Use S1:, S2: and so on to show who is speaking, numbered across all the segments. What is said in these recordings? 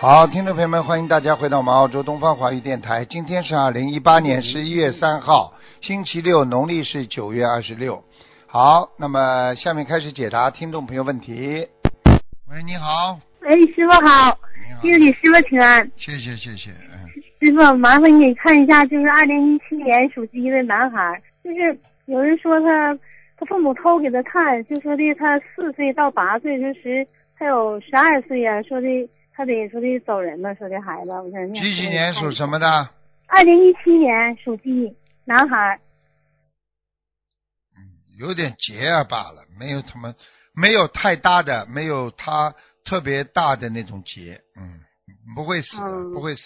S1: 好，听众朋友们，欢迎大家回到我们澳洲东方华语电台。今天是二零一八年十一月三号，星期六，农历是九月二十六。好，那么下面开始解答听众朋友问题。喂，你好，
S2: 喂，哎师傅好，
S1: 你好，
S2: 弟子给师傅请安。
S1: 谢谢谢谢，嗯，
S2: 师傅，麻烦你给看一下，就是二零一七年属鸡的男孩，就是有人说他他父母偷给他看，就说的他四岁到八岁，就是还有十二岁呀、说的他得说的走人了，说这孩子，我想
S1: 几几年属什么的？
S2: 二零一七年属鸡男孩，
S1: 有点结啊罢了，没有他们没有太大的，没有他特别大的那种结，嗯，不会死的，
S2: 嗯
S1: 不会死，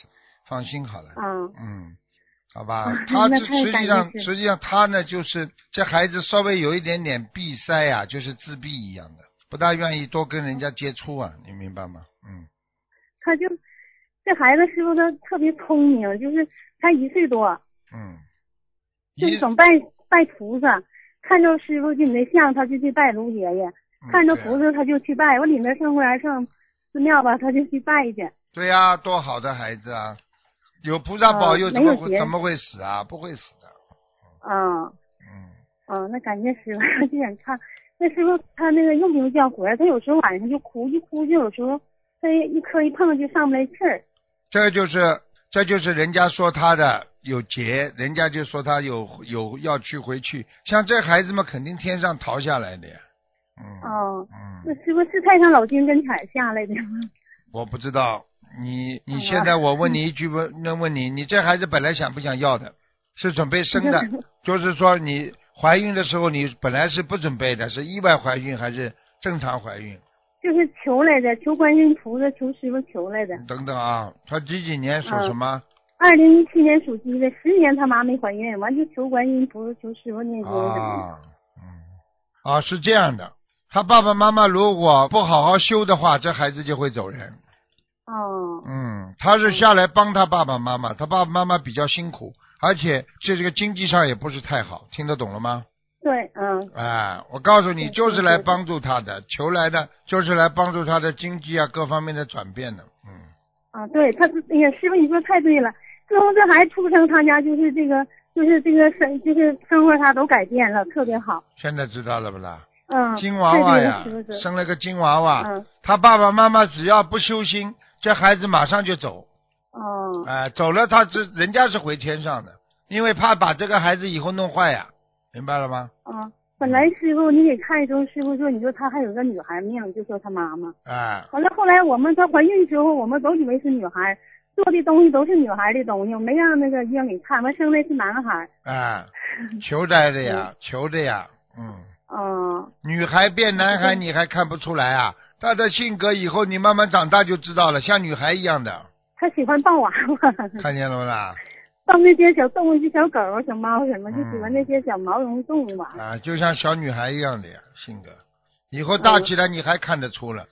S1: 放心好了，
S2: 嗯
S1: 嗯，好吧，
S2: 啊
S1: 他
S2: 那
S1: 这
S2: 太
S1: 实际
S2: 感谢
S1: 上
S2: 师
S1: 实际上他呢，就是这孩子稍微有一点点闭塞啊，就是自闭一样的，不大愿意多跟人家接触啊，你明白吗？嗯，
S2: 他就这孩子师傅他特别聪明，就是才一岁多，
S1: 嗯，
S2: 就是
S1: 一
S2: 总拜拜菩萨，看着师傅就没像，他就去拜卢爷爷。
S1: 嗯
S2: 看着
S1: 对啊
S2: 菩萨他就去拜，我领他上公园上寺庙吧，他就去拜去。
S1: 对呀、多好的孩子啊！有菩萨保佑，
S2: 啊
S1: 怎么
S2: 没有
S1: 会
S2: 别
S1: 怎么会死啊？不会死的。
S2: 嗯
S1: 嗯，
S2: 嗯，那感谢师傅， 就想看那师傅他那个用不用叫活儿？他有时候晚上就哭，一哭就有时候他一磕一碰就上不来气儿。
S1: 这就是这就是人家说他的有劫，人家就说他有有要去回去。像这孩子们肯定天上逃下来的呀。嗯
S2: 哦，那
S1: 嗯，
S2: 师傅是太上老君跟前儿下来的吗？
S1: 我不知道你你
S2: 嗯
S1: 现在我问你一句问那问你，你这孩子本来想不想要的？是准备生的，就是说你怀孕的时候你本来是不准备的，是意外怀孕还是正常怀孕？
S2: 就是求来的，求观世音菩萨，求师傅求来的。
S1: 等等啊，他几几年属什么？
S2: 二零一七年属鸡的，十年他妈没怀孕，完就求观世音菩萨，求师傅念经什么的。
S1: 啊，嗯，啊，是这样的，他爸爸妈妈如果不好好修的话，这孩子就会走人。
S2: 哦，
S1: 嗯，他是下来帮他爸爸妈妈，他爸爸妈妈比较辛苦，而且这这个经济上也不是太好，听得懂了吗？
S2: 对，嗯，
S1: 哎，我告诉你，
S2: 对
S1: 就是
S2: 对
S1: 来
S2: 对
S1: 帮助他的，求来的就是来帮助他的经济啊各方面的转变的。嗯，
S2: 啊，对，他是，哎呀，师傅你说太对了。自从这孩子出生，他家就是这个，就是这个生，就是生活啥都改变了，特别好。
S1: 现在知道了不啦？
S2: 嗯，
S1: 金娃娃啊呀啊
S2: 太对了师傅，是
S1: 生了个金娃娃，
S2: 嗯，
S1: 他爸爸妈妈只要不修心，这孩子马上就走。
S2: 哦，
S1: 哎、走了他是人家是回天上的，因为怕把这个孩子以后弄坏呀，明白了吗？
S2: 哦，本来师傅你给看的时候，师傅说你说他还有个女孩命，就说他妈妈。
S1: 哎、
S2: 完了后来我们她怀孕时候，我们都以为是女孩，做的东西都是女孩的东西，我没让那个医生给看。完生的是男孩。
S1: 哎、求来的呀，求的呀，嗯，
S2: 嗯，
S1: 女孩变男孩你还看不出来啊？他的性格以后你慢慢长大就知道了，像女孩一样的，
S2: 他喜欢抱娃娃。
S1: 看见了不啦？
S2: 抱那些小动物，就小狗、小猫什么，就喜欢
S1: 嗯
S2: 那些小毛绒动物吧。
S1: 啊，就像小女孩一样的呀，性格，以后大起来你还看得出了，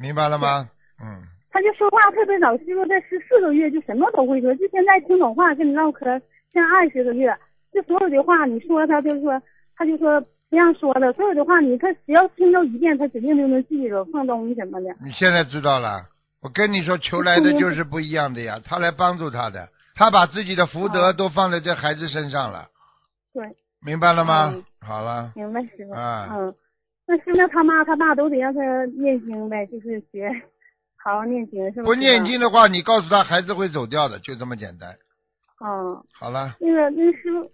S1: 明白了吗？嗯，
S2: 他就说话特别早，师傅在十四个月就什么都会说，就现在听懂话跟你唠嗑，像二十个月，就所有的话你说他就说，他就说不让说了，所有的话你他只要听着一遍，他指定就能记住，放东西什么的。
S1: 你现在知道了，我跟你说，求来的就是不一样的呀，他来帮助他的，他把自己的福德
S2: 哦
S1: 都放在这孩子身上了，
S2: 对，
S1: 明白了吗？
S2: 嗯
S1: 好了，
S2: 明白师傅。
S1: 啊
S2: 嗯，那师傅他妈他爸都得让他念经呗，就是学，好好念经是吧？啊
S1: 不念。经的话，你告诉他孩子会走掉的，就这么简单。
S2: 嗯，
S1: 好了，
S2: 那个那师傅，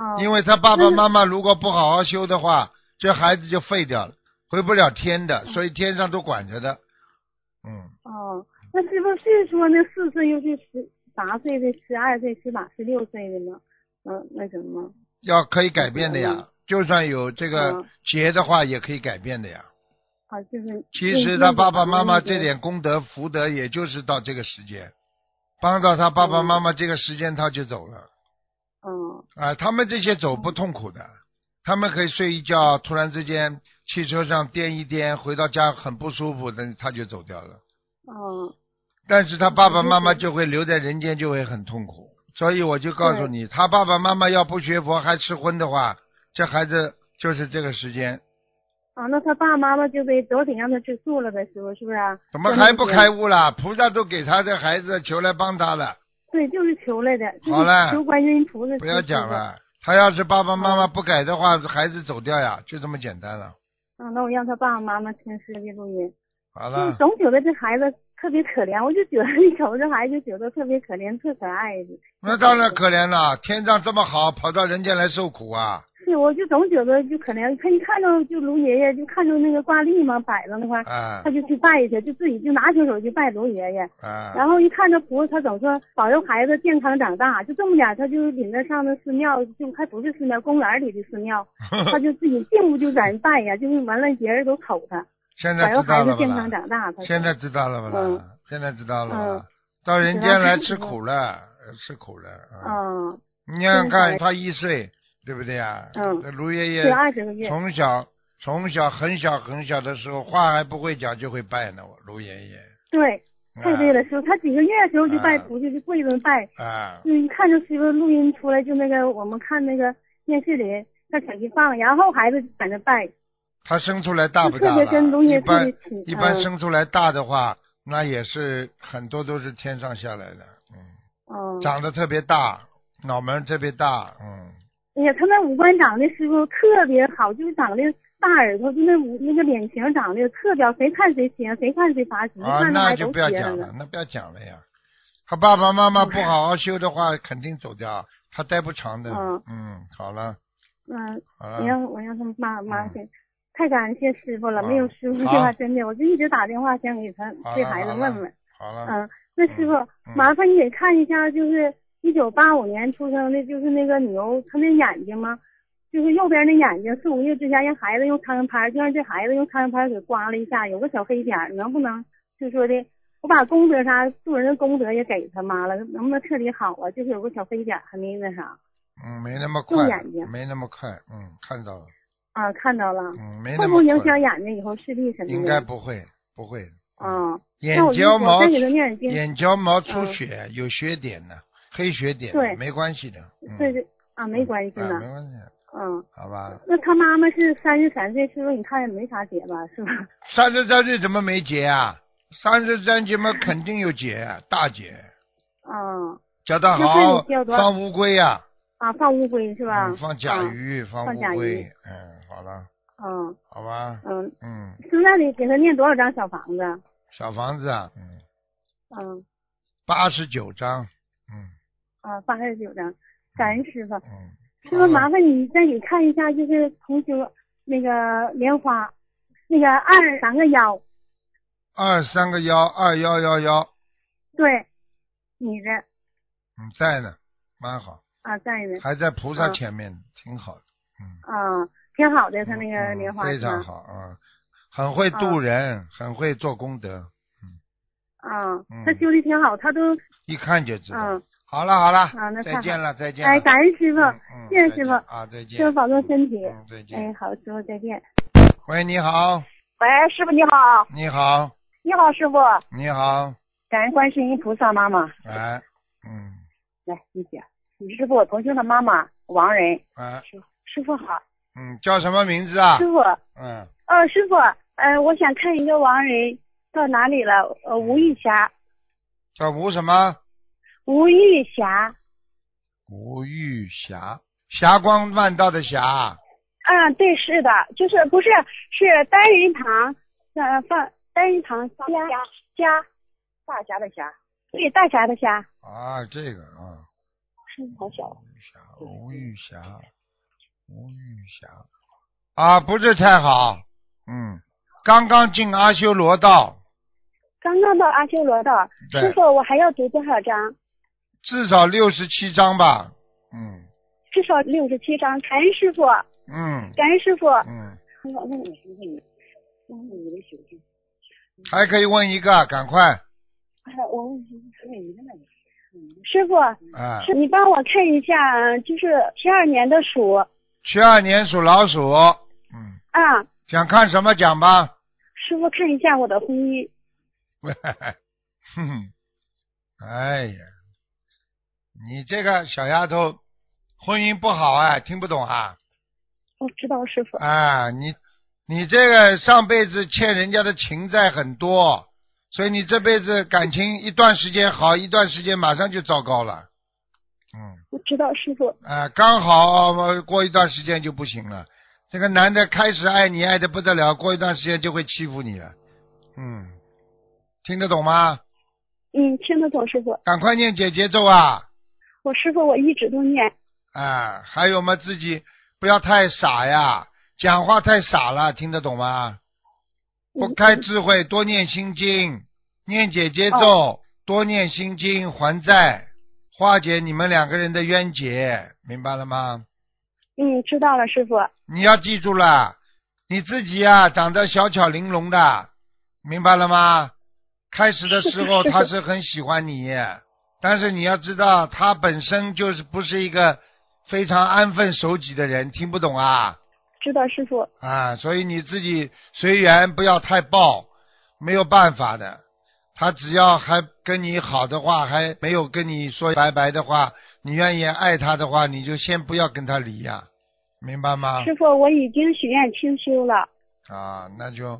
S2: 嗯，
S1: 因为他爸爸
S2: 那
S1: 妈妈如果不好好修的话，这孩子就废掉了，回不了天的，所以天上都管着的。嗯，
S2: 哦，那是不是说那四岁又是十八岁的、十二岁、十八、十六岁的呢？嗯，那什么？
S1: 要可以改变的呀
S2: 嗯，
S1: 就算有这个
S2: 嗯
S1: 劫的话，也可以改变的呀。
S2: 啊，就是
S1: 其实他爸爸妈妈这点功德福德，也就是到这个时间，帮到他爸爸妈妈这个时间，他就走了
S2: 嗯
S1: 啊。他们这些走不痛苦的，他们可以睡一觉，突然之间汽车上颠一颠，回到家很不舒服，但是他就走掉了。
S2: 嗯
S1: 但是他爸爸妈妈就会留在人间，就会很痛苦。所以我就告诉你，他爸爸妈妈要不学佛还吃荤的话，这孩子就是这个时间
S2: 嗯啊，那他爸爸妈妈就得都得让他吃素了呗，师傅是不是、啊？
S1: 怎么还不
S2: 在那
S1: 开
S2: 边？
S1: 悟啦？菩萨都给他这孩子求来帮他了，
S2: 对，就是求来的，就
S1: 好了
S2: 是求观世音菩萨。
S1: 不要讲。了。他要是爸爸妈妈不改的话，孩子走掉呀，就这么简单了。
S2: 啊，那我让他爸爸妈妈听师傅的录音。
S1: 好
S2: 就是
S1: 了，
S2: 总觉得这孩子特别可怜，我就觉得一瞅这孩子就觉得特别可怜，特可爱的。
S1: 那当然可怜了，天上这么好，跑到人间来受苦啊！
S2: 是，我就总觉得就可怜，他一看到就卢爷爷，就看到那个挂历嘛，摆着那块儿，
S1: 啊
S2: 他就去拜去，就自己就拿起手去拜卢爷爷。
S1: 啊
S2: 然后一看这菩萨，他总说保佑孩子健康长大，就这么点儿，他就领着上那寺庙，就还不是寺庙，公园里的寺 庙，他就自己进屋就在那拜呀，就是完了别人都瞅他，
S1: 现在
S2: 保佑
S1: 知道
S2: 孩子
S1: 了吧
S2: 健
S1: 啦？
S2: 康长大。他说
S1: 现在知道了吧啦
S2: 嗯？
S1: 现在知道了吧啦
S2: 嗯？
S1: 到人间来吃苦了，呃吃苦了啊！
S2: 嗯，
S1: 你想想看，
S2: 对
S1: 他一岁，对不对呀？
S2: 嗯
S1: 这卢爷
S2: 是
S1: 爷
S2: 二十个月。
S1: 从小从小很小很小的时候，话还不会讲就会拜呢，我卢爷爷。
S2: 对，
S1: 啊
S2: 太对了，师傅，他几个月的时候就拜
S1: 啊
S2: 菩萨，就跪着拜，嗯
S1: 啊
S2: 就一看就师傅录音出来，就那个我们看那个电视里，他手机放，然后孩子在那拜，
S1: 他生出来大不
S2: 就
S1: 大
S2: 特
S1: 了？
S2: 别跟龙爷
S1: 一般
S2: 特别亲
S1: 一般
S2: 嗯
S1: 生出来大的话，那也是很多都是天上下来的，嗯，
S2: 嗯，
S1: 长得特别大，脑门特别大，嗯，
S2: 哎呀，他那五官长得师傅特别好，就是长得大耳朵，就那五那个脸型长得特标，谁看谁行，谁看谁乏劲，一
S1: 啊，
S2: 看他
S1: 那
S2: 还
S1: 就
S2: 都
S1: 不要
S2: 结
S1: 讲
S2: 了。，
S1: 那不要讲了呀。他爸爸妈妈不好好修的话，肯定走掉，他待不长的。
S2: 嗯
S1: 嗯，好了，
S2: 嗯，
S1: 好
S2: 我
S1: 了，
S2: 让我让他妈妈
S1: 啊嗯
S2: 去。太感谢师傅了，
S1: 啊
S2: 没有师傅的
S1: 好
S2: 话，真的，我就一直打电话想给他
S1: 好
S2: 对
S1: 了
S2: 孩子
S1: 好了
S2: 问问。
S1: 好了，
S2: 嗯，那师傅，麻烦你给看一下，就是一九八五年出生的，就是那个牛，他那眼睛吗？就是右边那眼睛，四五月之前让孩子用苍蝇拍儿，就让这孩子用苍蝇拍儿给刮了一下，有个小黑点儿，能不能就说的，我把功德啥做人的功德也给他妈了，能不能彻底好啊？就是有个小黑点儿，还没那啥
S1: 嗯，没那么
S2: 用
S1: 快
S2: 眼睛，
S1: 没那么快，嗯，看到了，
S2: 啊，看到了，
S1: 嗯，没
S2: 会
S1: 那
S2: 不
S1: 么
S2: 会影响
S1: 快，
S2: 眼睛以后视力什么的？
S1: 应该不会，不会，嗯
S2: 啊，
S1: 眼
S2: 那我就
S1: 角毛
S2: 我再给他念经，
S1: 眼角毛出血，有血点的，黑血点的，
S2: 嗯对
S1: 没关系的，嗯、
S2: 对对啊，没关系
S1: 啊，
S2: 呢
S1: 没，关系，
S2: 嗯。
S1: 好吧？
S2: 那他妈妈是三十三岁，师傅你看也没啥结吧，是吧？
S1: 三十三岁怎么没结啊？三十三节嘛，肯定有结，大结，
S2: 啊
S1: 叫他
S2: 那
S1: 好
S2: 看
S1: 好
S2: 你掉多少
S1: 放乌龟呀、
S2: 啊，放乌龟是吧？
S1: 嗯，放甲
S2: 啊。
S1: 鱼，放
S2: 放甲
S1: 乌龟
S2: 鱼，
S1: 嗯，好了，
S2: 嗯
S1: 好吧，
S2: 嗯，
S1: 嗯，
S2: 师傅那得给他念多少张小房子？
S1: 小房子啊，嗯，
S2: 嗯
S1: 八十九张，嗯
S2: 啊，八十九张，感恩师傅。
S1: 嗯，
S2: 师傅
S1: 好了
S2: 麻烦你再给看一下，就是同修那个莲花，那个二三个幺，
S1: 二三个幺二幺幺幺，
S2: 对，你的
S1: 嗯，在呢，蛮好，
S2: 啊在呢
S1: 还在菩萨
S2: 嗯
S1: 前面，挺好的，嗯。
S2: 啊，挺好的，他那个
S1: 嗯
S2: 莲花
S1: 非
S2: 是吧嗯
S1: 常好啊，很会渡人，很会做功德，
S2: 啊
S1: 嗯，
S2: 他修的挺好，他都
S1: 一看就知道。
S2: 嗯
S1: 好了好了，
S2: 啊那太
S1: 再
S2: 好
S1: 见了再见了。
S2: 哎感恩师傅
S1: 嗯，嗯
S2: 谢谢
S1: 再
S2: 师
S1: 见
S2: 傅
S1: 啊，再见。
S2: 师傅保重身体。
S1: 嗯，再见。
S2: 哎，好，师傅再见。
S1: 喂，你好，
S3: 喂，师傅你好，
S1: 你好，
S3: 你好师傅，
S1: 你好，
S3: 感恩观世音菩萨妈妈，
S1: 哎，嗯，
S3: 来你讲，师傅我同修的妈妈王人，
S1: 哎，
S3: 师傅师傅好，
S1: 嗯，叫什么名字啊
S3: 师？傅，
S1: 嗯，
S3: 呃师傅，呃我想看一个王人到哪里了，呃吴玉霞，
S1: 叫吴什么？
S3: 吴玉霞，
S1: 吴玉霞，霞光万道的霞，
S3: 嗯对是的，就是不是是单人旁，呃放单人旁加加大侠的侠，对大侠的侠，
S1: 啊，这个啊，
S3: 声音好小，
S1: 吴玉霞，吴玉霞，吴玉霞，啊，不是太好，嗯，刚刚进阿修罗道，
S3: 刚刚到阿修罗道，师
S1: 对
S3: 傅，我还要读多少章？
S1: 至少六十七章吧，嗯
S3: 至少六十七章。感恩师傅，
S1: 嗯
S3: 感恩师傅。
S1: 嗯，
S3: 我问你，问你，问你的学生，
S1: 还可以问一个，赶快，
S3: 哎，我问你，问你的问题。师傅，
S1: 啊，
S3: 是你帮我看一下，就是七二年的鼠
S1: 七二年属老鼠，嗯，
S3: 啊，
S1: 想看什么讲吧，
S3: 师傅看一下我的婚姻。
S1: 哼哼，哎呀，你这个小丫头，婚姻不好啊，听不懂啊，
S3: 我知道师傅，
S1: 啊，你你这个上辈子欠人家的情债很多，所以你这辈子感情一段时间好，一段时间马上就糟糕了。嗯，
S3: 我知道师傅，
S1: 啊、刚好、呃过一段时间就不行了。这个男的开始爱你爱的不得了，过一段时间就会欺负你了。嗯，听得懂吗？
S3: 嗯，听得懂师傅。
S1: 赶快念姐姐咒啊！
S3: 我师傅我一直都念，
S1: 啊，还有嘛，自己不要太傻呀，讲话太傻了，听得懂吗？
S2: 嗯
S1: 不开智慧，多念心经，念姐姐咒，多念心经还债，化解你们两个人的冤结，明白了吗？
S3: 嗯，知道了师傅。
S1: 你要记住了，你自己呀、长得小巧玲珑的，明白了吗？开始的时候他是很喜欢你，但是你要知道，他本身就是不是一个非常安分守己的人，听不懂啊
S3: 知道师傅，
S1: 啊！所以你自己随缘，不要太暴，没有办法的。他只要还跟你好的话，还没有跟你说拜拜的话，你愿意爱他的话，你就先不要跟他离呀、明白吗？
S3: 师傅我已经许愿清修了，
S1: 啊，那就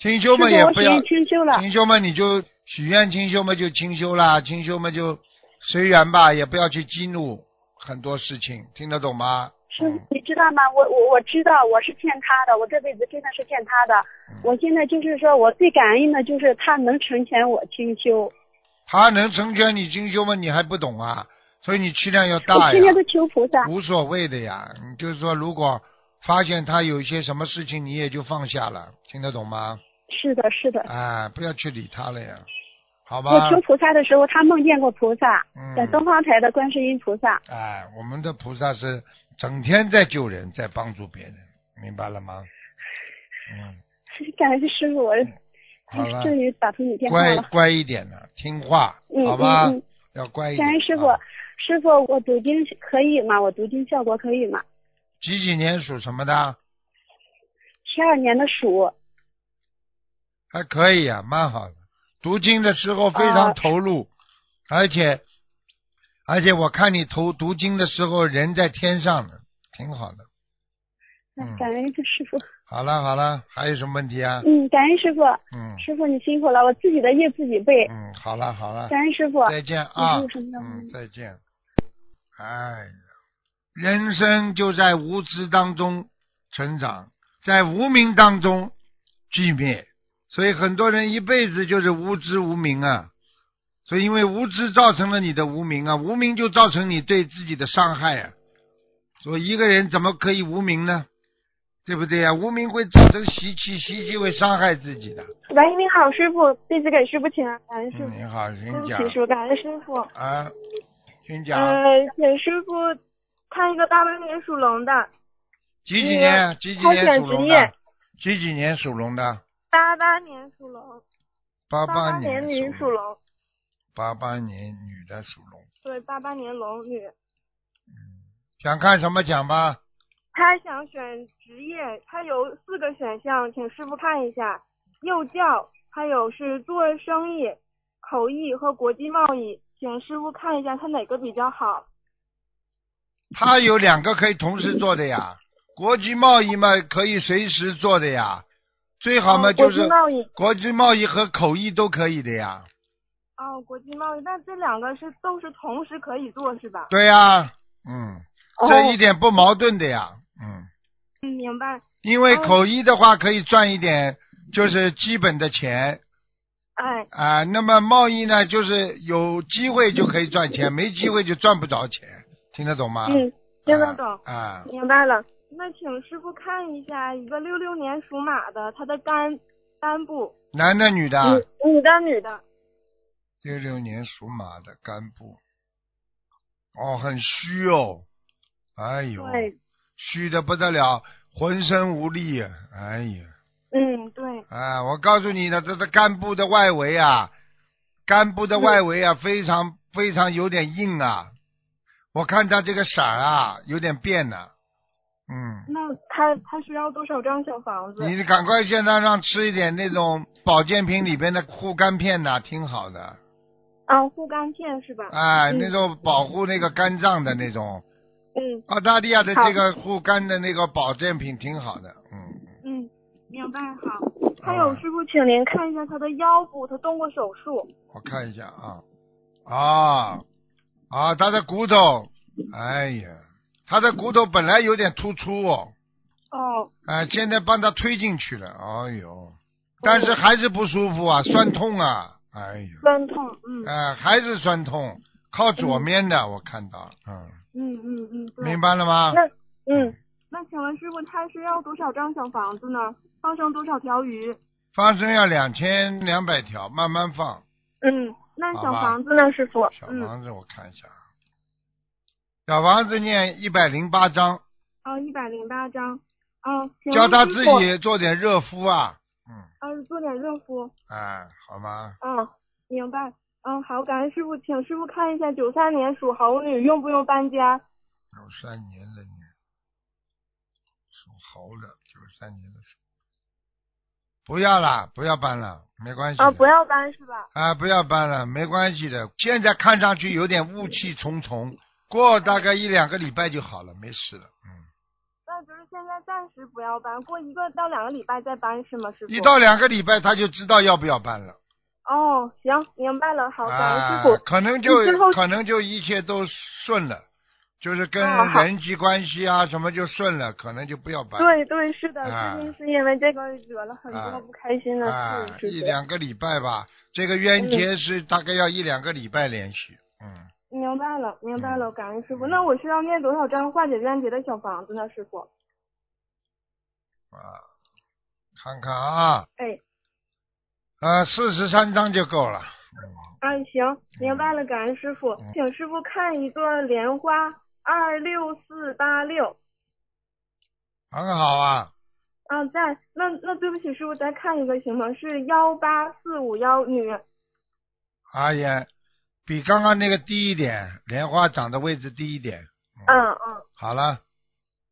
S1: 清
S3: 师
S1: 修
S3: 傅
S1: 嘛，也
S3: 我
S1: 不
S3: 许
S1: 要嗯
S3: 愿清修了，
S1: 清修嘛，你就许愿清修嘛，就清修啦，清修嘛就随缘吧，也不要去激怒很多事情，听得懂吗？
S3: 师傅你知道吗？我我我知道我是欠他的，我这辈子真的是欠他的。
S1: 嗯
S3: 我现在就是说我最感恩的就是他能成全我清修，
S1: 他能成全你清修吗？你还不懂啊？所以你气量要
S3: 我
S1: 大呀
S3: 天，天都求菩萨。
S1: 无所谓的呀。你就是说，如果发现他有一些什么事情，你也就放下了，听得懂吗？
S3: 是的，是的。
S1: 哎，不要去理他了呀，好
S3: 我
S1: 吧
S3: 求？菩萨的时候，他梦见过菩萨，在东
S1: 嗯，
S3: 方台的观世音菩萨。
S1: 哎，我们的菩萨是整天在救人，在帮助别人，明白了吗？嗯，
S3: 感恩师傅，我
S1: 好了。
S3: 终于打通你电话
S1: 乖
S3: 了。
S1: 乖一点的，听话，
S3: 嗯
S1: 好吧？
S3: 嗯嗯
S1: 要乖一点。
S3: 感恩师傅
S1: 啊，
S3: 师傅，我读经可以吗？我读经效果可以吗？
S1: 几几年属什么的？
S3: 七二年的鼠，
S1: 嗯还可以啊，蛮好的。读经的时候非
S3: 啊
S1: 常投入，而且而且我看你投读经的时候人在天上呢，挺好的。嗯
S3: 感恩师傅。
S1: 好了好了，还有什么问题啊？
S3: 嗯，感恩师傅，
S1: 嗯
S3: 师傅你辛苦了，我自己的业自己背。
S1: 嗯，好了好了，
S3: 感恩师傅。
S1: 再见啊
S3: 你还有什么，要问
S1: 嗯，
S3: 的
S1: 再见。哎呀，人生就在无知当中成长，在无名当中寂灭，所以很多人一辈子就是无知无明啊。所以因为无知造成了你的无名啊，无名就造成你对自己的伤害啊。所以一个人怎么可以无名呢？对不对啊？无名会造成习气，习气会伤害自己的。
S3: 嗯
S4: 喂，你好，师傅，弟子给师傅请安，感恩师
S1: 嗯，
S4: 傅，
S1: 你好，
S4: 对
S1: 请
S4: 不
S1: 讲
S4: 起，师傅，感恩师傅。
S1: 啊，请讲。
S4: 呃，请师傅看一个八八年属龙的，
S1: 几几年？几几年属龙
S4: 挑选职业
S1: 的？几几年属龙的？
S4: 八八年属龙，
S1: 八
S4: 八八
S1: 年
S4: 女属
S1: 属龙。
S4: 龙，
S1: 八八年女的属龙，
S4: 对，八八年龙女，
S1: 想看什么讲吧？
S4: 她想选职业，她有四个选项，请师傅看一下，幼教，还有是做生意、口译和国际贸易，请师傅看一下她哪个比较好。
S1: 他有两个可以同时做的 呀，国际贸易嘛可以随时做的呀，最好嘛
S4: 哦
S1: 就
S4: 国
S1: 是
S4: 际贸易
S1: 国际贸易和口译都可以的呀。
S4: 哦，国际贸易，但这两个是都是同时可以做是吧？
S1: 对呀，嗯，
S4: 哦
S5: 哦
S1: 这一点不矛盾的呀，嗯，
S4: 嗯，明白。
S1: 因为
S4: 哦
S1: 口译的话可以赚一点就是基本的钱，
S4: 哎，
S1: 啊、那么贸易呢，就是有机会就可以赚钱，没机会就赚不着钱，听得懂吗？
S4: 嗯，听得懂，
S1: 啊、
S4: 明白了。那请师傅看一下一个六六年属马的，他的肝肝部，嗯
S1: 男的女的啊？
S4: 女女的女的，
S1: 六六年属马的干部，哦，很虚哦，哎呦，
S4: 对，
S1: 虚的不得了，浑身无力，哎呀，
S4: 嗯，对，
S1: 啊，我告诉你呢，这这干部的外围啊，干部的
S4: 嗯
S1: 外围啊，非常非常有点硬啊，我看他这个色儿啊，有点变了、嗯。
S4: 那他他需要多少张小房子？
S1: 你赶快现在让吃一点那种保健品里边的护肝片呐、挺好的。
S4: 啊，护肝片是吧？
S1: 哎，
S4: 嗯
S1: 那种保护那个肝脏的那种，
S4: 嗯
S1: 澳大利亚的
S4: 好
S1: 这个护肝的那个保健品挺好的。嗯，
S4: 嗯，明白
S1: 啊
S4: 好。还有师傅，请您看一下他的腰部，他动过手术。
S1: 我看一下啊，啊啊，他的骨头，哎呀，他的骨头本来有点突出哦，
S4: 哦，
S1: 哎，现在帮他推进去了，哎呦，但是还是不舒服啊，酸痛啊，哎呀，
S4: 酸痛，嗯
S1: 哎，还是酸痛，靠左面的，我看到，嗯，
S4: 嗯嗯嗯，对。
S1: 明白了吗？
S4: 那嗯，那请问师傅，他是要多少张小房子呢？放生多少条鱼？
S1: 放生要两千两百条，慢慢放。
S4: 嗯，那
S1: 好
S4: 小
S1: 吧
S4: 房子呢，师傅？
S1: 小
S4: 嗯，
S1: 房子我看一下，啊，小房子念一百零八章，
S4: 哦，一百零八张。哦，请
S1: 教
S4: 问
S1: 他
S4: 师
S1: 自
S4: 傅。
S1: 己做点热敷啊，嗯，
S4: 呃，做点热敷。
S1: 哎，好吗？
S4: 嗯，明白。嗯，好，感恩师傅，请师傅看一下九三年属猴女用不用搬家？
S1: 九三年的女，属猴的，九三年的属，不要啦，不要搬了，没关系的。
S4: 啊，不要搬是吧？
S1: 啊，不要搬了，没关系的。现在看上去有点雾气重重，过大概一两个礼拜就好了，没事了。嗯，
S4: 那就是现在暂时不要搬，过一个到两个礼拜再搬是吗，师傅？
S1: 一到两个礼拜他就知道要不要搬了。
S4: 哦，行，明白了，好，感恩
S1: 啊
S4: 师，傅。
S1: 可能就
S4: 你之后
S1: 可能就一切都顺了，就是跟
S4: 哦好
S1: 人际关系啊什么就顺了，可能就不要搬。
S4: 对对，是的，
S1: 啊
S4: 最近是因为这个惹了很
S1: 啊
S4: 多不开心的
S1: 啊
S4: 事，，
S1: 一
S4: 是的。嗯
S1: 两个礼拜吧，这个冤结是大概要一两个礼拜连续。嗯，
S4: 明白了，明白了，感恩师傅。那我需要念多少张化解冤结的小房子呢，师傅？
S1: 啊，看看啊，
S4: 哎，
S1: 啊，四十三章就够了。
S4: 啊，行，明白了，感恩师傅，
S1: 嗯
S4: 请师傅看一个莲花二六四八六。
S1: 很好啊，
S4: 啊，再那那对不起，师傅再看一个行吗？是幺八四五幺
S1: 嗯
S4: 女。
S1: 阿也哎比刚刚那个低一点，莲花长的位置低一点。
S4: 嗯嗯。
S1: 好了，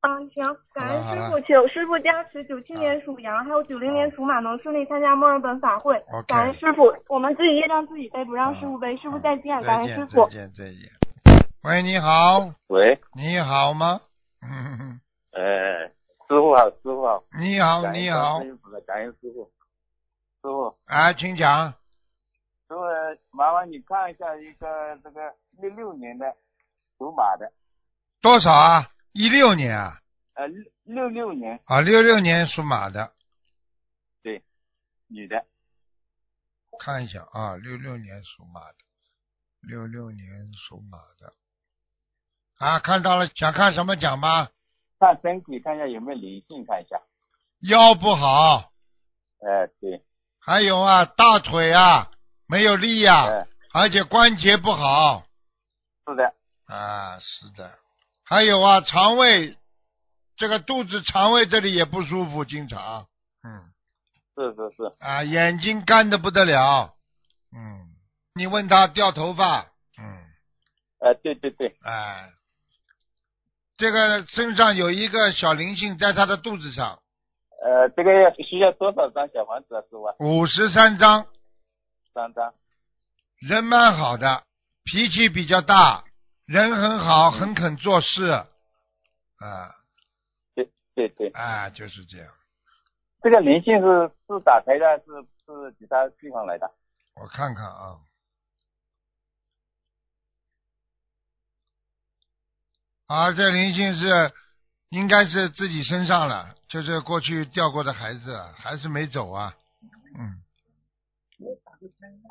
S4: 啊，行，感恩
S1: 好了嗯
S4: 师
S1: 好
S4: 傅，请师傅加持，九七年属羊，还有九零年属马，能顺利参加墨尔本法会。
S1: OK
S4: 感恩师傅，我们自己业障自己背，不让
S1: 嗯
S4: 师傅背。师傅再见，感
S1: 再
S4: 恩
S1: 见
S4: 师，傅
S1: 再。见，再见。喂，你好，
S6: 喂，
S1: 你好吗？ 嗯，
S6: 呃，师傅好，师傅好，
S1: 你好，
S6: 感
S1: 哦你
S6: 恩
S1: 好
S6: 观世，音菩萨，感恩师傅，师傅，
S1: 啊，请讲。
S6: 师傅，麻烦你看一下一个这个六六年的属马的，
S1: 多少啊？一六年啊，
S6: 呃，六六六年
S1: 啊，六六年属马的，
S6: 女的，
S1: 看一下啊，六六年属马的，六六年属马的，啊，看到了，想看什么讲吧？
S6: 看身体看一下有没有灵性，看一下，
S1: 腰不好，
S6: 呃，对，
S1: 还有啊，大腿啊没有力呀、
S6: 呃，
S1: 而且关节不好
S6: 是的，
S1: 啊，是的，还有啊，肠胃这个肚子、肠胃这里也不舒服，经常，嗯
S6: 是是是，
S1: 啊，眼睛干的不得了，嗯，你问他掉头发，嗯，
S6: 呃，对对对，
S1: 哎，这个身上有一个小灵性在他的肚子上，
S6: 呃，这个要需要多少张小房子啊，师傅啊？
S1: 五十三张，
S6: 三张，
S1: 人蛮好的，脾气比较大，人很好，很肯做事，啊
S6: 对对对，
S1: 啊，就是这样。
S6: 这个灵性是是打胎的，是是其他地方来的，
S1: 我看看啊，啊，这灵性是应该是自己身上了，就是过去掉过的孩子，还是没走啊？嗯，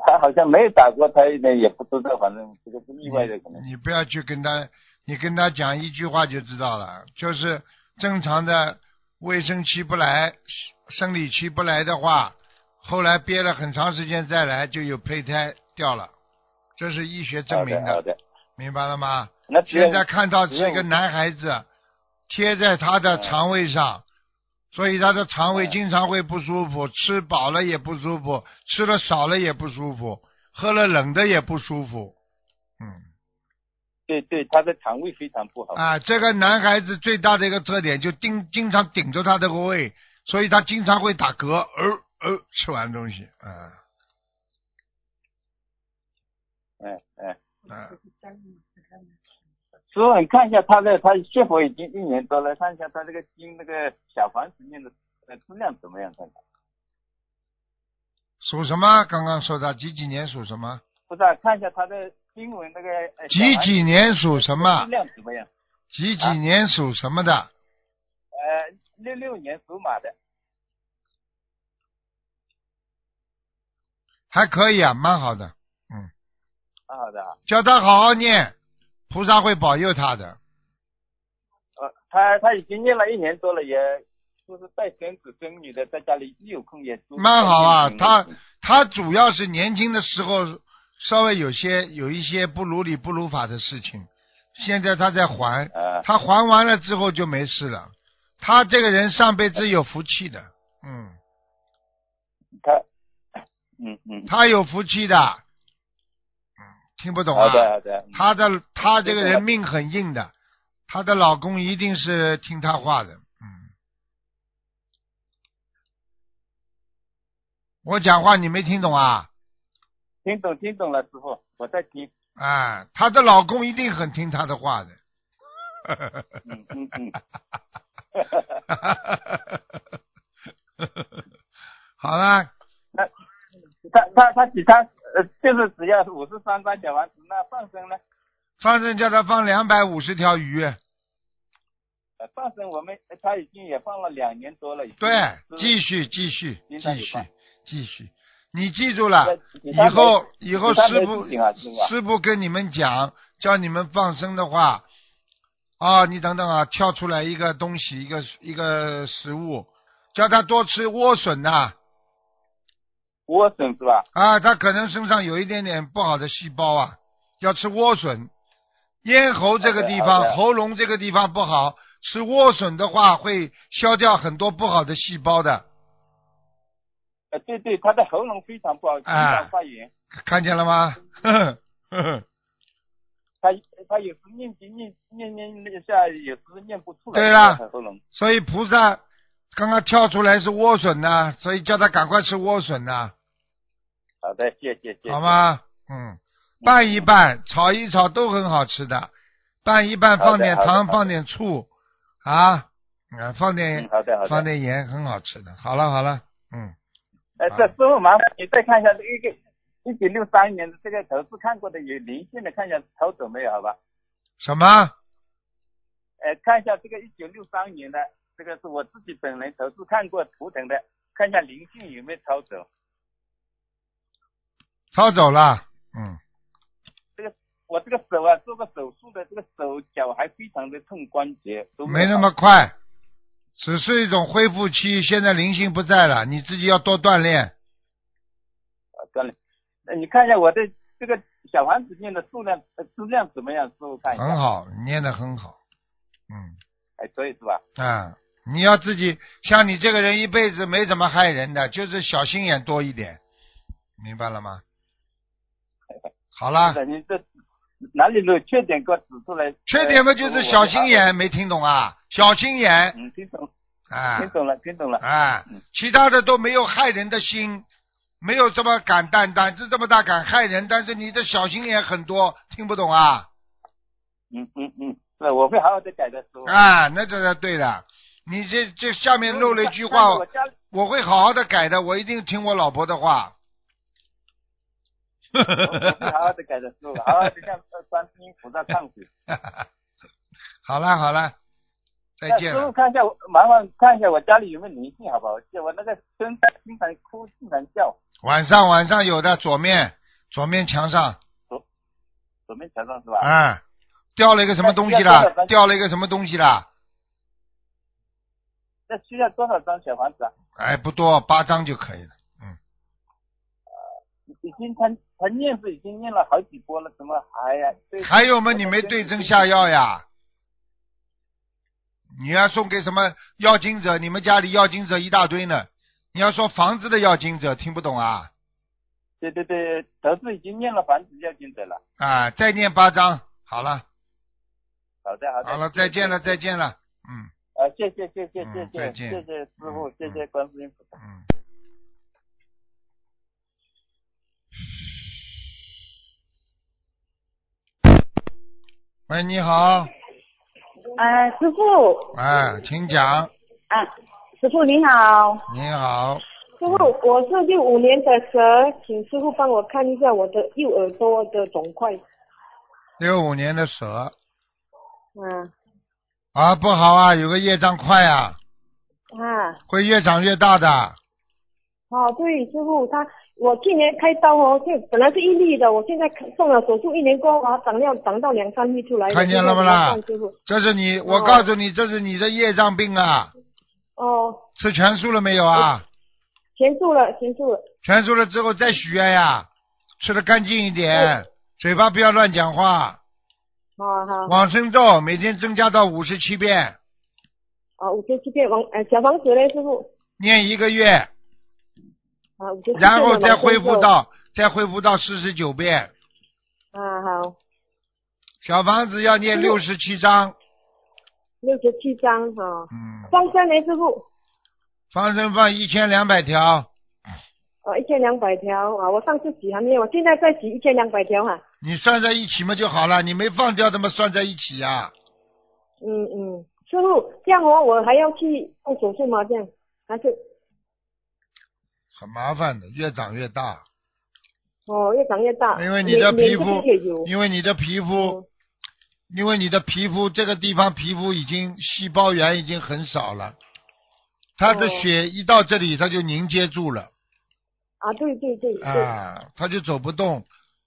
S6: 他好像没有打过胎的，也不知道，
S1: 嗯
S6: 反正这个是意外的可能。
S1: 你不要去跟他，你跟他讲一句话就知道了，就是正常的卫生期不来，生理期不来的话，后来憋了很长时间再来就有胚胎掉了，这是医学证
S6: 好
S1: 明
S6: 的，好的。
S1: 明白了吗？
S6: 那只要
S1: 现在看到是一个男孩子贴在他的肠胃上，所以他的肠胃
S6: 嗯
S1: 经常会不舒服，吃饱了也不舒服，吃了少了也不舒服，喝了冷的也不舒服。嗯，
S6: 对对，他的肠胃非常不好。
S1: 啊，这个男孩子最大的一个特点就顶经常顶着他这个胃，所以他经常会打嗝，呃呃，吃完东西，啊
S6: 嗯嗯，
S1: 啊，
S6: 师傅，你看一下他的，他是否已经一年多了？看一下他这个经那个小房子念的，呃质量怎么样看看？
S1: 属什么？刚刚说的几几年属什么？
S6: 不是、啊，看一下他的经文那个呃小呃
S1: 几
S6: 孩
S1: 几年属什么
S6: 质？量怎么样？
S1: 几几年属什么的？
S6: 呃，六六年属马的，
S1: 还可以啊，蛮好的。嗯，
S6: 啊好的啊，
S1: 叫他好好念，菩萨会保佑他的。
S6: 呃，他他已经念了一年多了，也就是带孙子孙女的，在家里一有空也读
S1: 蛮好啊，他他主要是年轻的时候稍微有些有一些不如理不如法的事情，现在他在还，
S6: 呃
S1: 他还完了之后就没事了。他这个人上辈子有福气的，嗯，
S6: 他，嗯嗯，
S1: 他有福气的，嗯，听不懂啊？
S6: 好的嗯好的，
S1: 她的她这个人命很硬的，她的老公一定是听她话的。嗯，我讲话你没听懂啊？
S6: 听懂听懂了，师傅，我在听，
S1: 啊，她的老公一定很听她的话的。
S6: 嗯嗯嗯，
S1: 好了，
S6: 他他他其他呃就是只要五十三张小房子，那放生呢？
S1: 放生叫他放两百五十条鱼，
S6: 呃，放生我们呃他已经也放了两年多了，已经
S1: 对，继
S6: 续
S1: 续继续
S6: 嗯明白
S1: 继
S6: 明
S1: 续
S6: 白
S1: 继续，你记住了。啊以后以后师傅
S6: 啊，师傅啊，
S1: 师傅跟你们讲，叫你们放生的话，啊，你等等啊，跳出来一个东西，一个一个食物，叫他多吃莴笋呐、啊，
S6: 莴笋是吧？
S1: 他可能身上有一点点不好的细胞啊，要吃莴笋。咽喉这个地
S6: 好的好
S1: 方，
S6: 的
S1: 喉咙这个地方不好，吃莴笋的话会消掉很多不好的细胞的，
S6: 呃，对对，他的喉咙非常不好，经
S1: 哎
S6: 常发炎。
S1: 看见了吗？ 呵呵呵呵。
S6: 他他有时念经念念念念一下，有时念不出来。
S1: 对啦
S6: 他的喉咙。
S1: 所以菩萨刚刚跳出来是莴笋呐、所以叫他赶快吃莴笋呐、
S6: 好的，谢谢谢谢。
S1: 好？吗？嗯，拌一拌，炒一炒都很好吃的，拌一拌
S6: 好的
S1: 放点
S6: 好的
S1: 糖，
S6: 好的
S1: 放点醋啊，啊放
S6: 嗯，
S1: 点
S6: 好的好
S1: 放
S6: 的。
S1: 点盐，很好吃的。好了好了，嗯，
S6: 呃，这师傅麻烦你再看一下这个一个一九六三年的这个头是看过的有灵性的，看一下头走没有？好吧？
S1: 什么？
S6: 呃，看一下这个一九六三年的，这个是我自己本人投资看过图腾的，看一下灵性有没有超走。
S1: 抄走了？嗯，
S6: 我这个手啊，做过手术的，这个手脚还非常的痛，关节都
S1: 没那
S6: 好
S1: 么快，只是一种恢复期，现在灵性不在了，你自己要多锻炼。
S6: 啊算了。那你看一下我的这个小房子念的数量、呃质量怎么样？师傅看一下。
S1: 很。好，你念的很好，嗯。
S6: 哎，所以是吧？
S1: 啊，你要自己像你这个人一辈子没怎么害人的，就是小心眼多一点，明白了吗？好啦
S6: 是，的，你这哪里有缺点给我指出来？呃
S1: 缺点嘛就是小心眼，没听懂啊？小心眼，
S6: 嗯，听懂，
S1: 啊
S6: 听懂了，听懂了。
S1: 啊
S6: 嗯，
S1: 其他的都没有害人的心，没有这么敢胆胆子这么大敢害人，但是你的小心眼很多，听不懂啊？
S6: 嗯嗯嗯，是的，我会好好的改的，师傅。
S1: 啊，那这才对的。你这这下面漏了一句话哦
S6: 那，我家里
S1: 我会好好的改的，我一定听我老婆的话。
S6: 我好好的改的师傅，好好的向观世音菩萨忏悔。
S1: 好了好了，再见
S6: 那师傅
S1: 了。
S6: 看一下我，麻烦看一下我家里有没有灵性，好不好？就我那个孙子经常哭，经常叫，
S1: 晚上晚上有的左面左面墙上，
S6: 左面墙上是吧？
S1: 啊，掉了一个什么东西
S6: 那需要多少
S1: 啦？
S6: 张
S1: 掉了一个什么东西啦？
S6: 那需要多少张小房子啊？
S1: 哎，不多，八张就可以了。
S6: 已经他他念是已经念了好几波了，怎么还呀？对
S1: 还有嘛，你没对症下药。呀？你要送给什么要经者？你们家里要经者一大堆呢。你要说房子的要经者，听不懂啊？
S6: 对对对，德智已经念了房子要经者了。
S1: 啊，再念八张，好了，
S6: 好的好的。
S1: 好了，再见了，再
S6: 见。
S1: 见了，嗯
S6: 啊，谢谢谢谢
S1: 嗯
S6: 谢
S1: 再
S6: 谢
S1: 见
S6: 谢谢师傅，谢谢观世音菩萨。
S1: 嗯。嗯喂，你好，
S3: 哎、师傅，
S1: 哎，请讲，
S3: 啊，
S5: 师傅你好，
S1: 你好，
S7: 师傅，我是六五年的蛇，请师傅帮我看一下我的右耳朵的肿块。
S1: 六五年的蛇
S7: 嗯
S1: 啊，不好啊，有个业障快啊，
S7: 啊，
S1: 会越长越大的。
S7: 哦，对，师傅他，我去年开刀哦，就本来是一粒的，我现在动了手术一年过后啊，长要长到两三粒出来了。
S1: 看见了不啦
S7: 现在怎么办师傅，
S1: 这是你，我
S7: 哦
S1: 告诉你，这是你的业障病啊！
S7: 哦，
S1: 吃全素了没有啊？
S7: 全住了，全住了。
S1: 全素了之后再许愿呀，吃的干净一
S7: 嗯
S1: 点，嘴巴不要乱讲话，
S7: 好好，
S1: 往生咒每天增加到五十七遍，
S7: 啊，五十七遍王，呃，小房子嘞，师傅，
S1: 念一个月，
S7: 啊，五十七遍
S1: 然后
S7: 的
S1: 再
S7: 往生
S1: 恢复
S7: 咒
S1: 到再恢复到四十九遍。
S7: 啊，好，
S1: 小房子要
S7: 嗯
S1: 念六十七章，
S7: 六十七张哈，
S1: 嗯，
S7: 放生嘞，师傅，
S1: 放生放一千两百条，
S7: 哦，一千两百条啊，我上次洗还没有，我现在再洗一千两百条啊，
S1: 你算在一起嘛就好了，你没放掉怎么算在一起呀、
S7: 嗯嗯，师傅，这样哦我我还要去动手术吗？这样还是
S1: 很麻烦的，越长越大，
S7: 哦，越长越大，
S1: 因为你的
S7: 每
S1: 皮
S7: 每
S1: 肤
S7: 个月有，嗯
S1: 因为你的皮肤，因为你的皮肤这个地方皮肤已经细胞源已经很少了，它的
S7: 哦
S1: 血一到这里它就凝结住了
S7: 啊，对对对对，
S1: 啊，它就走不动，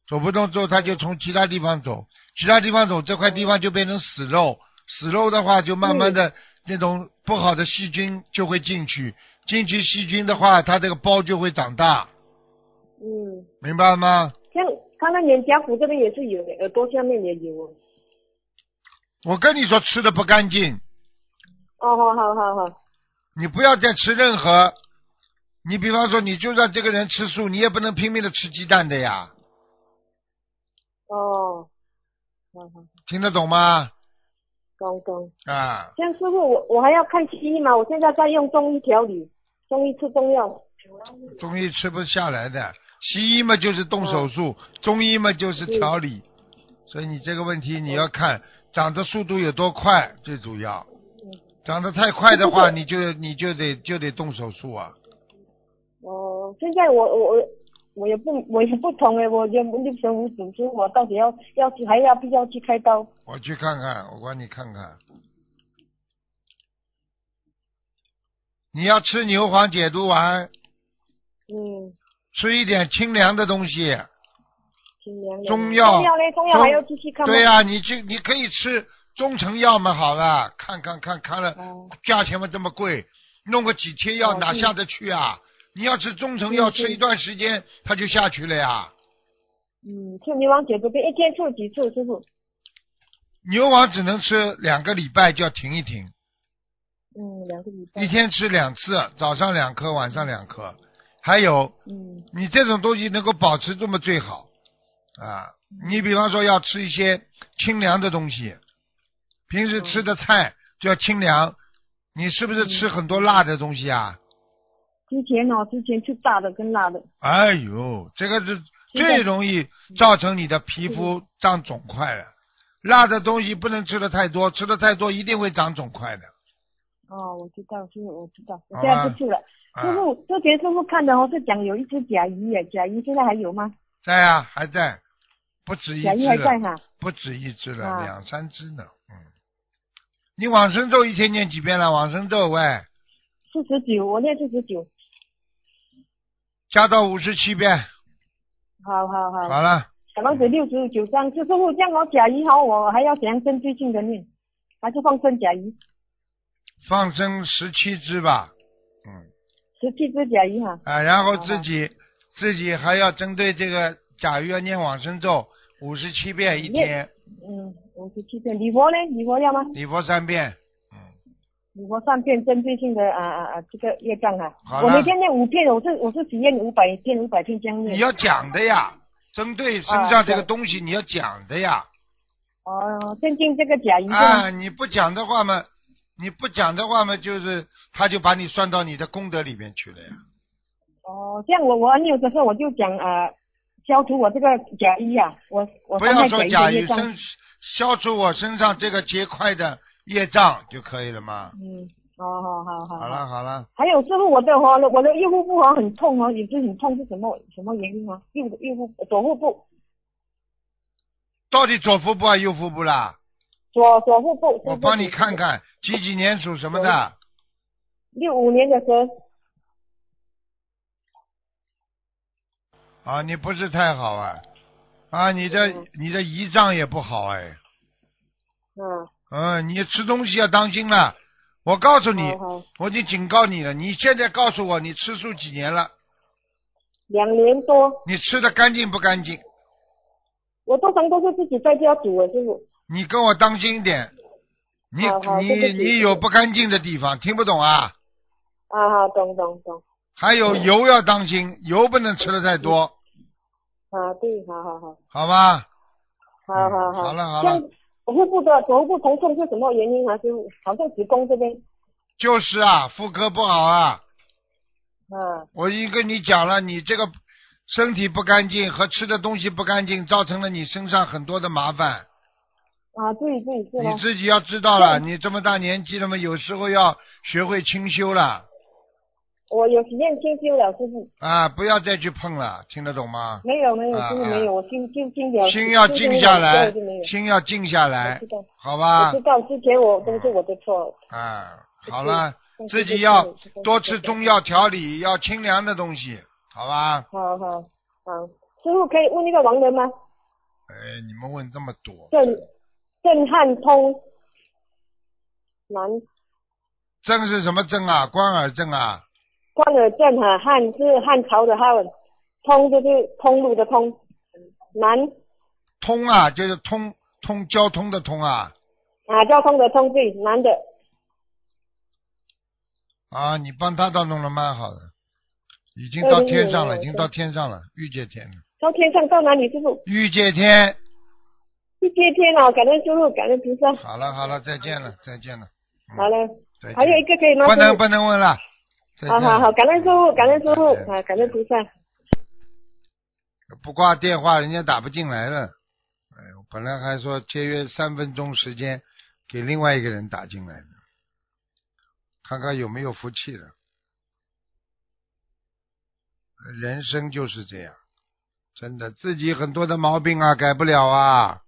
S1: 走不动之后它就从其他地方走，其他地方走这块地方就变成死肉，死肉的话就慢慢
S7: 嗯
S1: 的那种不好的细菌就会进去，进去细菌的话它这个包就会长大，
S7: 嗯，
S1: 明白了吗？
S7: 像刚刚脸颊骨这边也是有，耳朵下面也有，哦
S1: 我跟你说吃的不干净，
S7: 哦，好好好好，
S1: 你不要再吃任何，你比方说，你就算这个人吃素，你也不能拼命的吃鸡蛋的呀，
S7: 哦，好好，
S1: 听得懂吗？
S7: 懂懂。
S1: 啊，
S7: 像师傅，我我还要看西医嘛？我现在在用中医调理，中医吃中药。
S1: 中医吃不下来的，西医嘛就是动手术，中医嘛就是调理，所以你这个问题你要看长的速度有多快，最主要，长得太快的话，你就你就得就得动手术啊。
S7: 哦，现在我我我我也不我也不懂哎，我也六神无主，所以我到底要要去还要不要去开刀？
S1: 我去看看，我帮你看看。你要吃牛黄解毒丸，
S7: 嗯，
S1: 吃一点清凉的东西。
S7: 挺凉的。
S1: 中药
S7: 中药嘞，中药
S1: 中
S7: 还要继续看吗？
S1: 对啊呀、你去你可以吃中成药嘛，好了，看看看看了，
S7: 哦
S1: 价钱嘛这么贵，弄个几贴药
S7: 哦
S1: 哪
S7: 对
S1: 下得去啊？你要吃中成药，
S7: 对对
S1: 吃一段时间它就下去了呀。
S7: 嗯，吃牛王解毒片，一天吃几次，师傅？
S1: 牛丸只能吃两个礼拜就要停一停，
S7: 嗯，两个礼拜
S1: 一。天吃两次，早上两颗，晚上两颗。还有，
S7: 嗯
S1: 你这种东西能够保持住嘛最好啊。你比方说要吃一些清凉的东西，平时吃的菜就要清凉。你是不是吃很多辣的东西啊？
S7: 之前哦，之前吃大的跟辣的。
S1: 哎呦，这个是
S7: 现在
S1: 最容易造成你的皮肤长肿块的。辣的东西不能吃的太多，吃的太多一定会长肿块的。
S7: 哦，我知道，师傅，我知道，我
S1: 好
S7: 现在
S1: 吧
S7: 不吃了。
S1: 啊
S7: 师，傅，之前师傅看的哦，是讲有一只甲鱼耶，甲鱼现在还有吗？
S1: 在啊，还在，不止一啊
S7: 甲鱼
S1: 只
S7: 还在
S1: 了，
S7: 哈、
S1: 不止一只了，
S7: 啊
S1: 两三只呢。嗯，你往生咒一天念几遍了？往生咒喂，
S7: 四十九，我念四十九。
S1: 加到五十七遍，
S7: 好好好，
S1: 好了。
S7: 小王子六十九张，就是傅这样我甲鱼好，我还要怎样针对性的念？还是放生甲鱼？
S1: 放生十七只吧，嗯
S7: 十七只甲鱼哈、
S1: 啊，然后自己自己还要针对这个甲鱼要念往生咒五十七遍一天，
S7: 嗯，五十七遍。礼佛呢？礼佛要吗？
S1: 礼佛三遍，嗯，
S7: 礼佛三遍，针对性的啊啊啊，这个业障啊
S1: 好。
S7: 我
S1: 了
S7: 每天念五遍，我是我是只念五百遍，五百遍这样
S1: 你
S7: 念。
S1: 要讲的呀，针对身上这个东西你要讲的呀，
S7: 哦，针对这个甲鱼是吗
S1: 啊，你不讲的话嘛，你不讲的话嘛，就是他就把你算到你的功德里面去了呀，
S7: 哦，这样我我有的时候我就讲啊、呃，消除我这个甲鱼啊，我我
S1: 不
S7: 放
S1: 要
S7: 在
S1: 说甲
S7: 的
S1: 鱼
S7: 业障。
S1: 身消除我身上这个结块的业障就可以了嘛，
S7: 嗯，好好好好。
S1: 好了好了，
S7: 还有师傅，我的哦，我的右腹部啊很痛哦，也是很痛，是什么什么原因啊？右右腹左腹部
S1: 到底左腹部还是右腹部啦？
S7: 左左腹部。
S1: 我帮你看。看，几几年属什么的？
S7: 六五年的蛇，
S1: 啊，你不是太好啊，啊，你的你的胰脏也不好哎，
S7: 嗯，
S1: 嗯，你吃东西要当心了。我告诉你，
S7: 哦好好
S1: 我已经警告你了，你现在告诉我你吃素几年了？
S7: 两年多，
S1: 你吃的干净不干净？
S7: 我通常都是自己在家煮的，师傅。
S1: 你跟我当心一点。你
S7: 好好对不
S1: 你
S7: 起
S1: 你有不干净的地方，听不懂啊？
S7: 啊，好，懂懂懂，
S1: 还有油要当心，油不能吃的太多，
S7: 啊，对，好好好，
S1: 好吧？
S7: 好好
S1: 嗯
S7: 好。
S1: 好了好了
S7: 像左腹部的左腹部疼痛是什么原因啊？师傅，好像子宫这边，
S1: 就是啊，妇科不好啊。
S7: 啊，
S1: 我已经跟你讲了，你这个身体不干净和吃的东西不干净，造成了你身上很多的麻烦。
S7: 啊，对对是
S1: 你
S7: 咯，
S1: 自己要知道了，你这么大年纪了嘛，有时候要学会清修了
S7: 我有时间清修了，师傅。
S1: 啊，不要再去碰了，听得懂吗？
S7: 没有没有，
S1: 啊
S7: 真的没有，我心心心有
S1: 心要静下来
S7: 就没有，。
S1: 心要静下
S7: 我
S1: 来啊
S7: 知，道，
S1: 好
S7: 我
S1: 吧
S7: 知？道，之前我都是我的错。
S1: 啊，好了，
S7: 但是
S1: 自己要
S7: 就是
S1: 多吃中。药调理，要清凉的东西，好吧？
S7: 好好好，师傅可以问那个王人吗？
S1: 哎，你们问这么多，
S7: 郑郑汉通南
S1: 症是什么症啊？关耳症啊？
S7: 关尔镇哈、汉是汉朝的汉，通就是通路的通，南
S1: 通啊，就是通通交通的通啊
S7: 啊交通的通对南的
S1: 啊！你帮他倒弄得蛮好的，已经
S7: 对
S1: 到
S7: 对对
S1: 天上了，
S7: 对
S1: 已经
S7: 对
S1: 到天上了，御界天了，
S7: 到天上到哪里师傅？
S1: 御界天。
S7: 一接天哦，感恩师傅，感恩菩萨。
S1: 好了好了，再见了再见了，
S7: 好了，
S1: 嗯再见。
S7: 还有一个可以吗？
S1: 不
S7: 师
S1: 能
S7: 傅
S1: 不能问了，再
S7: 好
S1: 见。
S7: 好好，感恩师傅，感恩师傅
S1: 再见
S7: 啊，感恩菩萨。
S1: 不挂电话，人家打不进来了。哎呦，本来还说节约三分钟时间给另外一个人打进来的，看看有没有福气了。人生就是这样，真的，自己很多的毛病啊改不了啊，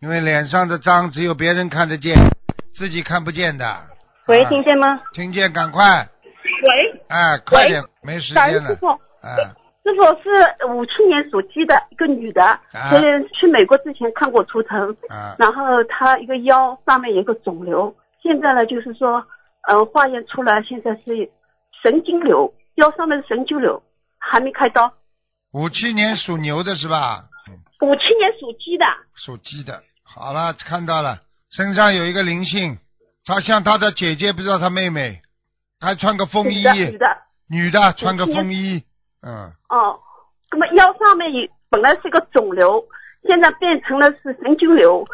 S1: 因为脸上的脏只有别人看得见，自己看不见的。
S5: 喂，
S1: 啊
S5: 听见吗？
S1: 听见，赶快，
S5: 喂，
S1: 哎，快点，没时
S5: 感恩
S1: 间
S5: 师
S1: 了，
S5: 傅。
S1: 哎，
S5: 师傅是五七年属鸡的一个女的，
S1: 啊
S5: 去去美国之前看过图腾，
S1: 啊，
S5: 然后她一个腰上面有一个肿瘤，现在呢就是说，呃，化验出来现在是神经瘤，腰上面是神经瘤，还没开刀。
S1: 五七年属牛的是吧？嗯。
S5: 五七年属鸡的，
S1: 属鸡的。好了，看到了，身上有一个灵性，她像她的姐姐，不知道她妹妹，还穿个风
S5: 女
S1: 衣，
S5: 的女的，
S1: 女的穿个风衣，嗯，
S5: 哦，那么腰上面有本来是一个肿瘤，现在变成了是神经瘤，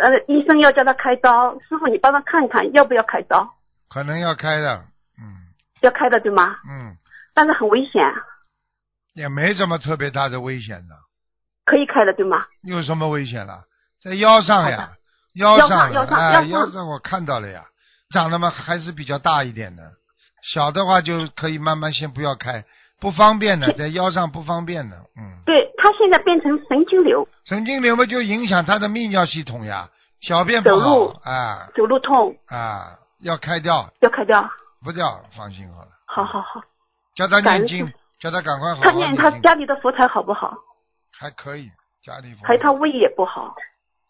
S5: 呃，医生要叫她开刀，师傅你帮她看看要不要开刀，
S1: 可能要开的，嗯
S5: 要开的对吗？
S1: 嗯，
S5: 但是很危险，啊
S1: 也没什么特别大的危险的，
S5: 可以开的对吗？
S1: 有什么危险了？在腰上
S5: 好
S1: 呀，腰上呀
S5: 腰上腰上
S1: 哎
S5: 腰上
S1: 腰上我看到了呀，长得嘛还是比较大一点的，小的话就可以慢慢先不要开，不方便的，在腰上不方便的，嗯。
S5: 对，它现在变成神经瘤，
S1: 神经瘤嘛，就影响他的泌尿系统呀，小便不
S5: 走路
S1: 好啊
S5: 走路痛，
S1: 啊，要开掉，
S5: 要开掉。
S1: 不掉放心好了。
S5: 好好好，
S1: 哦叫他念
S5: 感恩
S1: 经
S5: 师，
S1: 叫他赶快好
S5: 他
S1: 好
S5: 念他
S1: 念经，
S5: 家里的佛台好不好？
S1: 还可以，家里
S5: 还有他
S1: 他
S5: 胃也不好，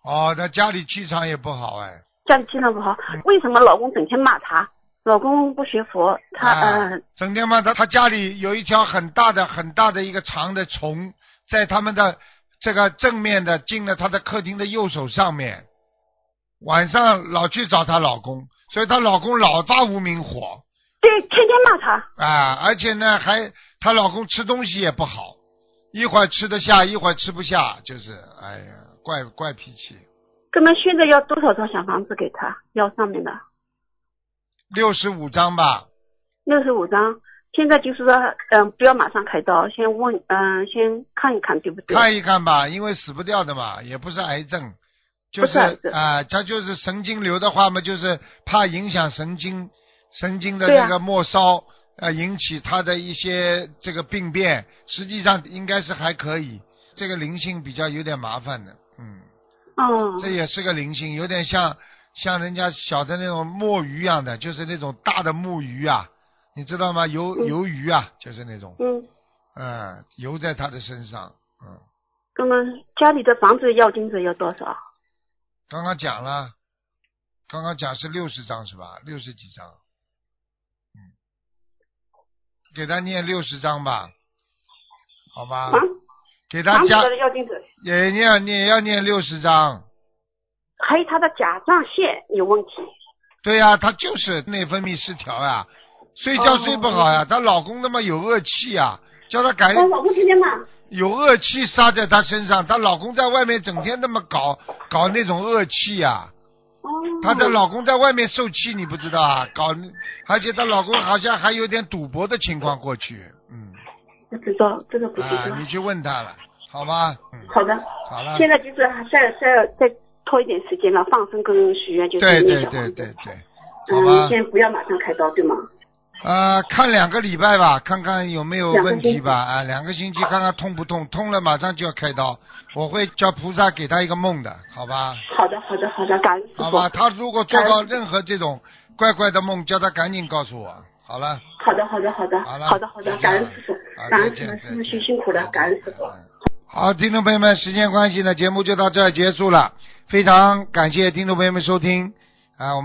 S1: 哦，他家里气场也不好哎，
S5: 家里气场不好。为什么老公整天骂他？老公不学佛，他
S1: 啊
S5: 嗯，
S1: 整天嘛，他他家里有一条很大的很大的一个长的虫，在他们的这个正面的进了他的客厅的右手上面，晚上老去找她老公，所以她老公老发无名火。
S5: 对，天天骂他，
S1: 啊，而且呢，还她老公吃东西也不好，一会儿吃得下，一会儿吃不下，就是哎呀，怪怪脾气。
S5: 哥们现在要多少张小房子给他？要上面的
S1: 六十五张吧，
S5: 六十五张。现在就是说，嗯，不要马上开刀，先问，嗯，先看一看对不对？
S1: 看一看吧，因为死不掉的嘛，也不是癌症，就啊
S5: 不是癌症
S1: 啊，他就是神经瘤的话嘛，就是怕影响神经，神经的
S5: 对啊
S1: 那个末梢呃引起他的一些这个病变，实际上应该是还可以。这个灵性比较有点麻烦的，嗯，
S5: 嗯
S1: 这也是个灵性，有点像像人家小的那种墨鱼一样的，就是那种大的木鱼啊，你知道吗？游
S5: 嗯
S1: 游鱼啊，就是那种，
S5: 嗯，
S1: 嗯，游在他的身上，嗯，
S5: 那么家里的房子要金子要多少？
S1: 刚刚讲了，刚刚讲是六十张是吧？六十几张，嗯，给他念六十张吧，好吧？
S7: 啊
S5: 房
S1: 给他
S5: 房子
S1: 加
S5: 的要金子，
S1: 也念念要念六十张，
S5: 还有他的甲状腺有问题。
S1: 对呀、她就是内分泌失调呀、睡
S5: 哦
S1: 觉睡不好呀、她老公他妈有恶气呀、叫她改
S5: 我老公天天骂，
S1: 有恶气撒在她身上，她老公在外面整天那么搞搞那种恶气呀、
S5: 哦，
S1: 她的老公在外面受气，你不知道啊？搞，而且她老公好像还有点赌博的情况过去，嗯，
S5: 不知道这个不知
S1: 啊，
S5: 道。
S1: 你去问她了，好吗？嗯，
S5: 好的，
S1: 好了，
S5: 现在就是再再再拖一点时间了，放生跟许愿就是
S1: 对
S5: 念
S1: 对
S5: 小
S1: 对
S5: 房
S1: 对
S5: 子。
S1: 对，好吧
S5: 嗯，。先不要马上开刀，对吗？
S1: 啊，看两个礼拜吧，看看有没有
S5: 两个
S1: 问题吧。
S5: 星
S1: 啊，两个星期看看痛不痛，痛了马上就要开刀。我会叫菩萨给他一个梦的，好吧？
S5: 好的，好的，好的，感恩师傅。
S1: 好吧，他如果做到
S5: 感恩
S1: 任何这种怪怪的梦，叫他赶紧告诉我。好了，
S5: 好的，好的，好的，
S1: 好了，
S5: 好的，好的，感恩师
S1: 好
S5: 傅，感
S1: 再
S5: 恩师
S1: 见
S5: 傅，
S1: 再
S5: 师傅辛
S1: 见
S5: 辛苦了，感恩师傅。
S1: 嗯好，听众朋友们，时间关系呢，节目就到这儿结束了。非常感谢听众朋友们收听啊，我们。